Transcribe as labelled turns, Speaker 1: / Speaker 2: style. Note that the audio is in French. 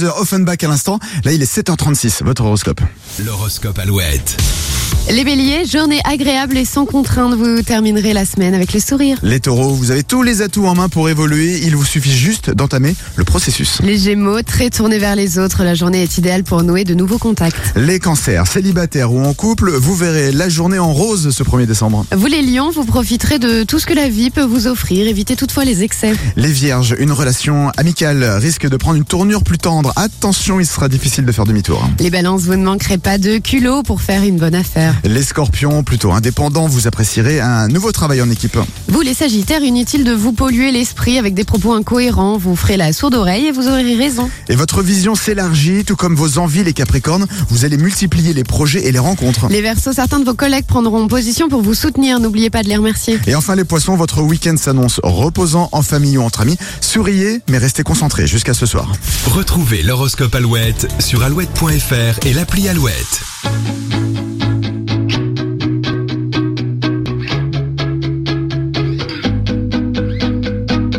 Speaker 1: de Offenbach à l'instant. Là, il est 7h36. Votre horoscope.
Speaker 2: L'horoscope Alouette.
Speaker 3: Les béliers, journée agréable et sans contrainte, vous terminerez la semaine avec le sourire.
Speaker 1: Les taureaux, vous avez tous les atouts en main pour évoluer. Il vous suffit juste d'entamer le processus.
Speaker 3: Les gémeaux, très tournés vers les autres, la journée est idéale pour nouer de nouveaux contacts.
Speaker 1: Les cancers, célibataires ou en couple, vous verrez la journée en rose ce 1er décembre.
Speaker 3: Vous les lions, vous profiterez de tout ce que la vie peut vous offrir, évitez toutefois les excès.
Speaker 1: Les vierges, une relation amicale risque de prendre une tournure plus tendre. Attention, il sera difficile de faire demi-tour.
Speaker 3: Les balances, vous ne manquerez pas de culot pour faire une bonne affaire.
Speaker 1: Les scorpions, plutôt indépendants, vous apprécierez un nouveau travail en équipe.
Speaker 3: Vous les sagittaires, inutile de vous polluer l'esprit avec des propos incohérents, vous ferez la sourde oreille et vous aurez raison.
Speaker 1: Et votre vision s'élargit, tout comme vos envies, les capricornes. Vous allez multiplier les projets et les rencontres.
Speaker 3: Les versos, certains de vos collègues prendront position pour vous soutenir, n'oubliez pas de les remercier.
Speaker 1: Et enfin les poissons, votre week-end s'annonce reposant en famille ou entre amis. Souriez, mais restez concentrés jusqu'à ce soir.
Speaker 2: Retrouvez l'horoscope Alouette sur alouette.fr et l'appli Alouette.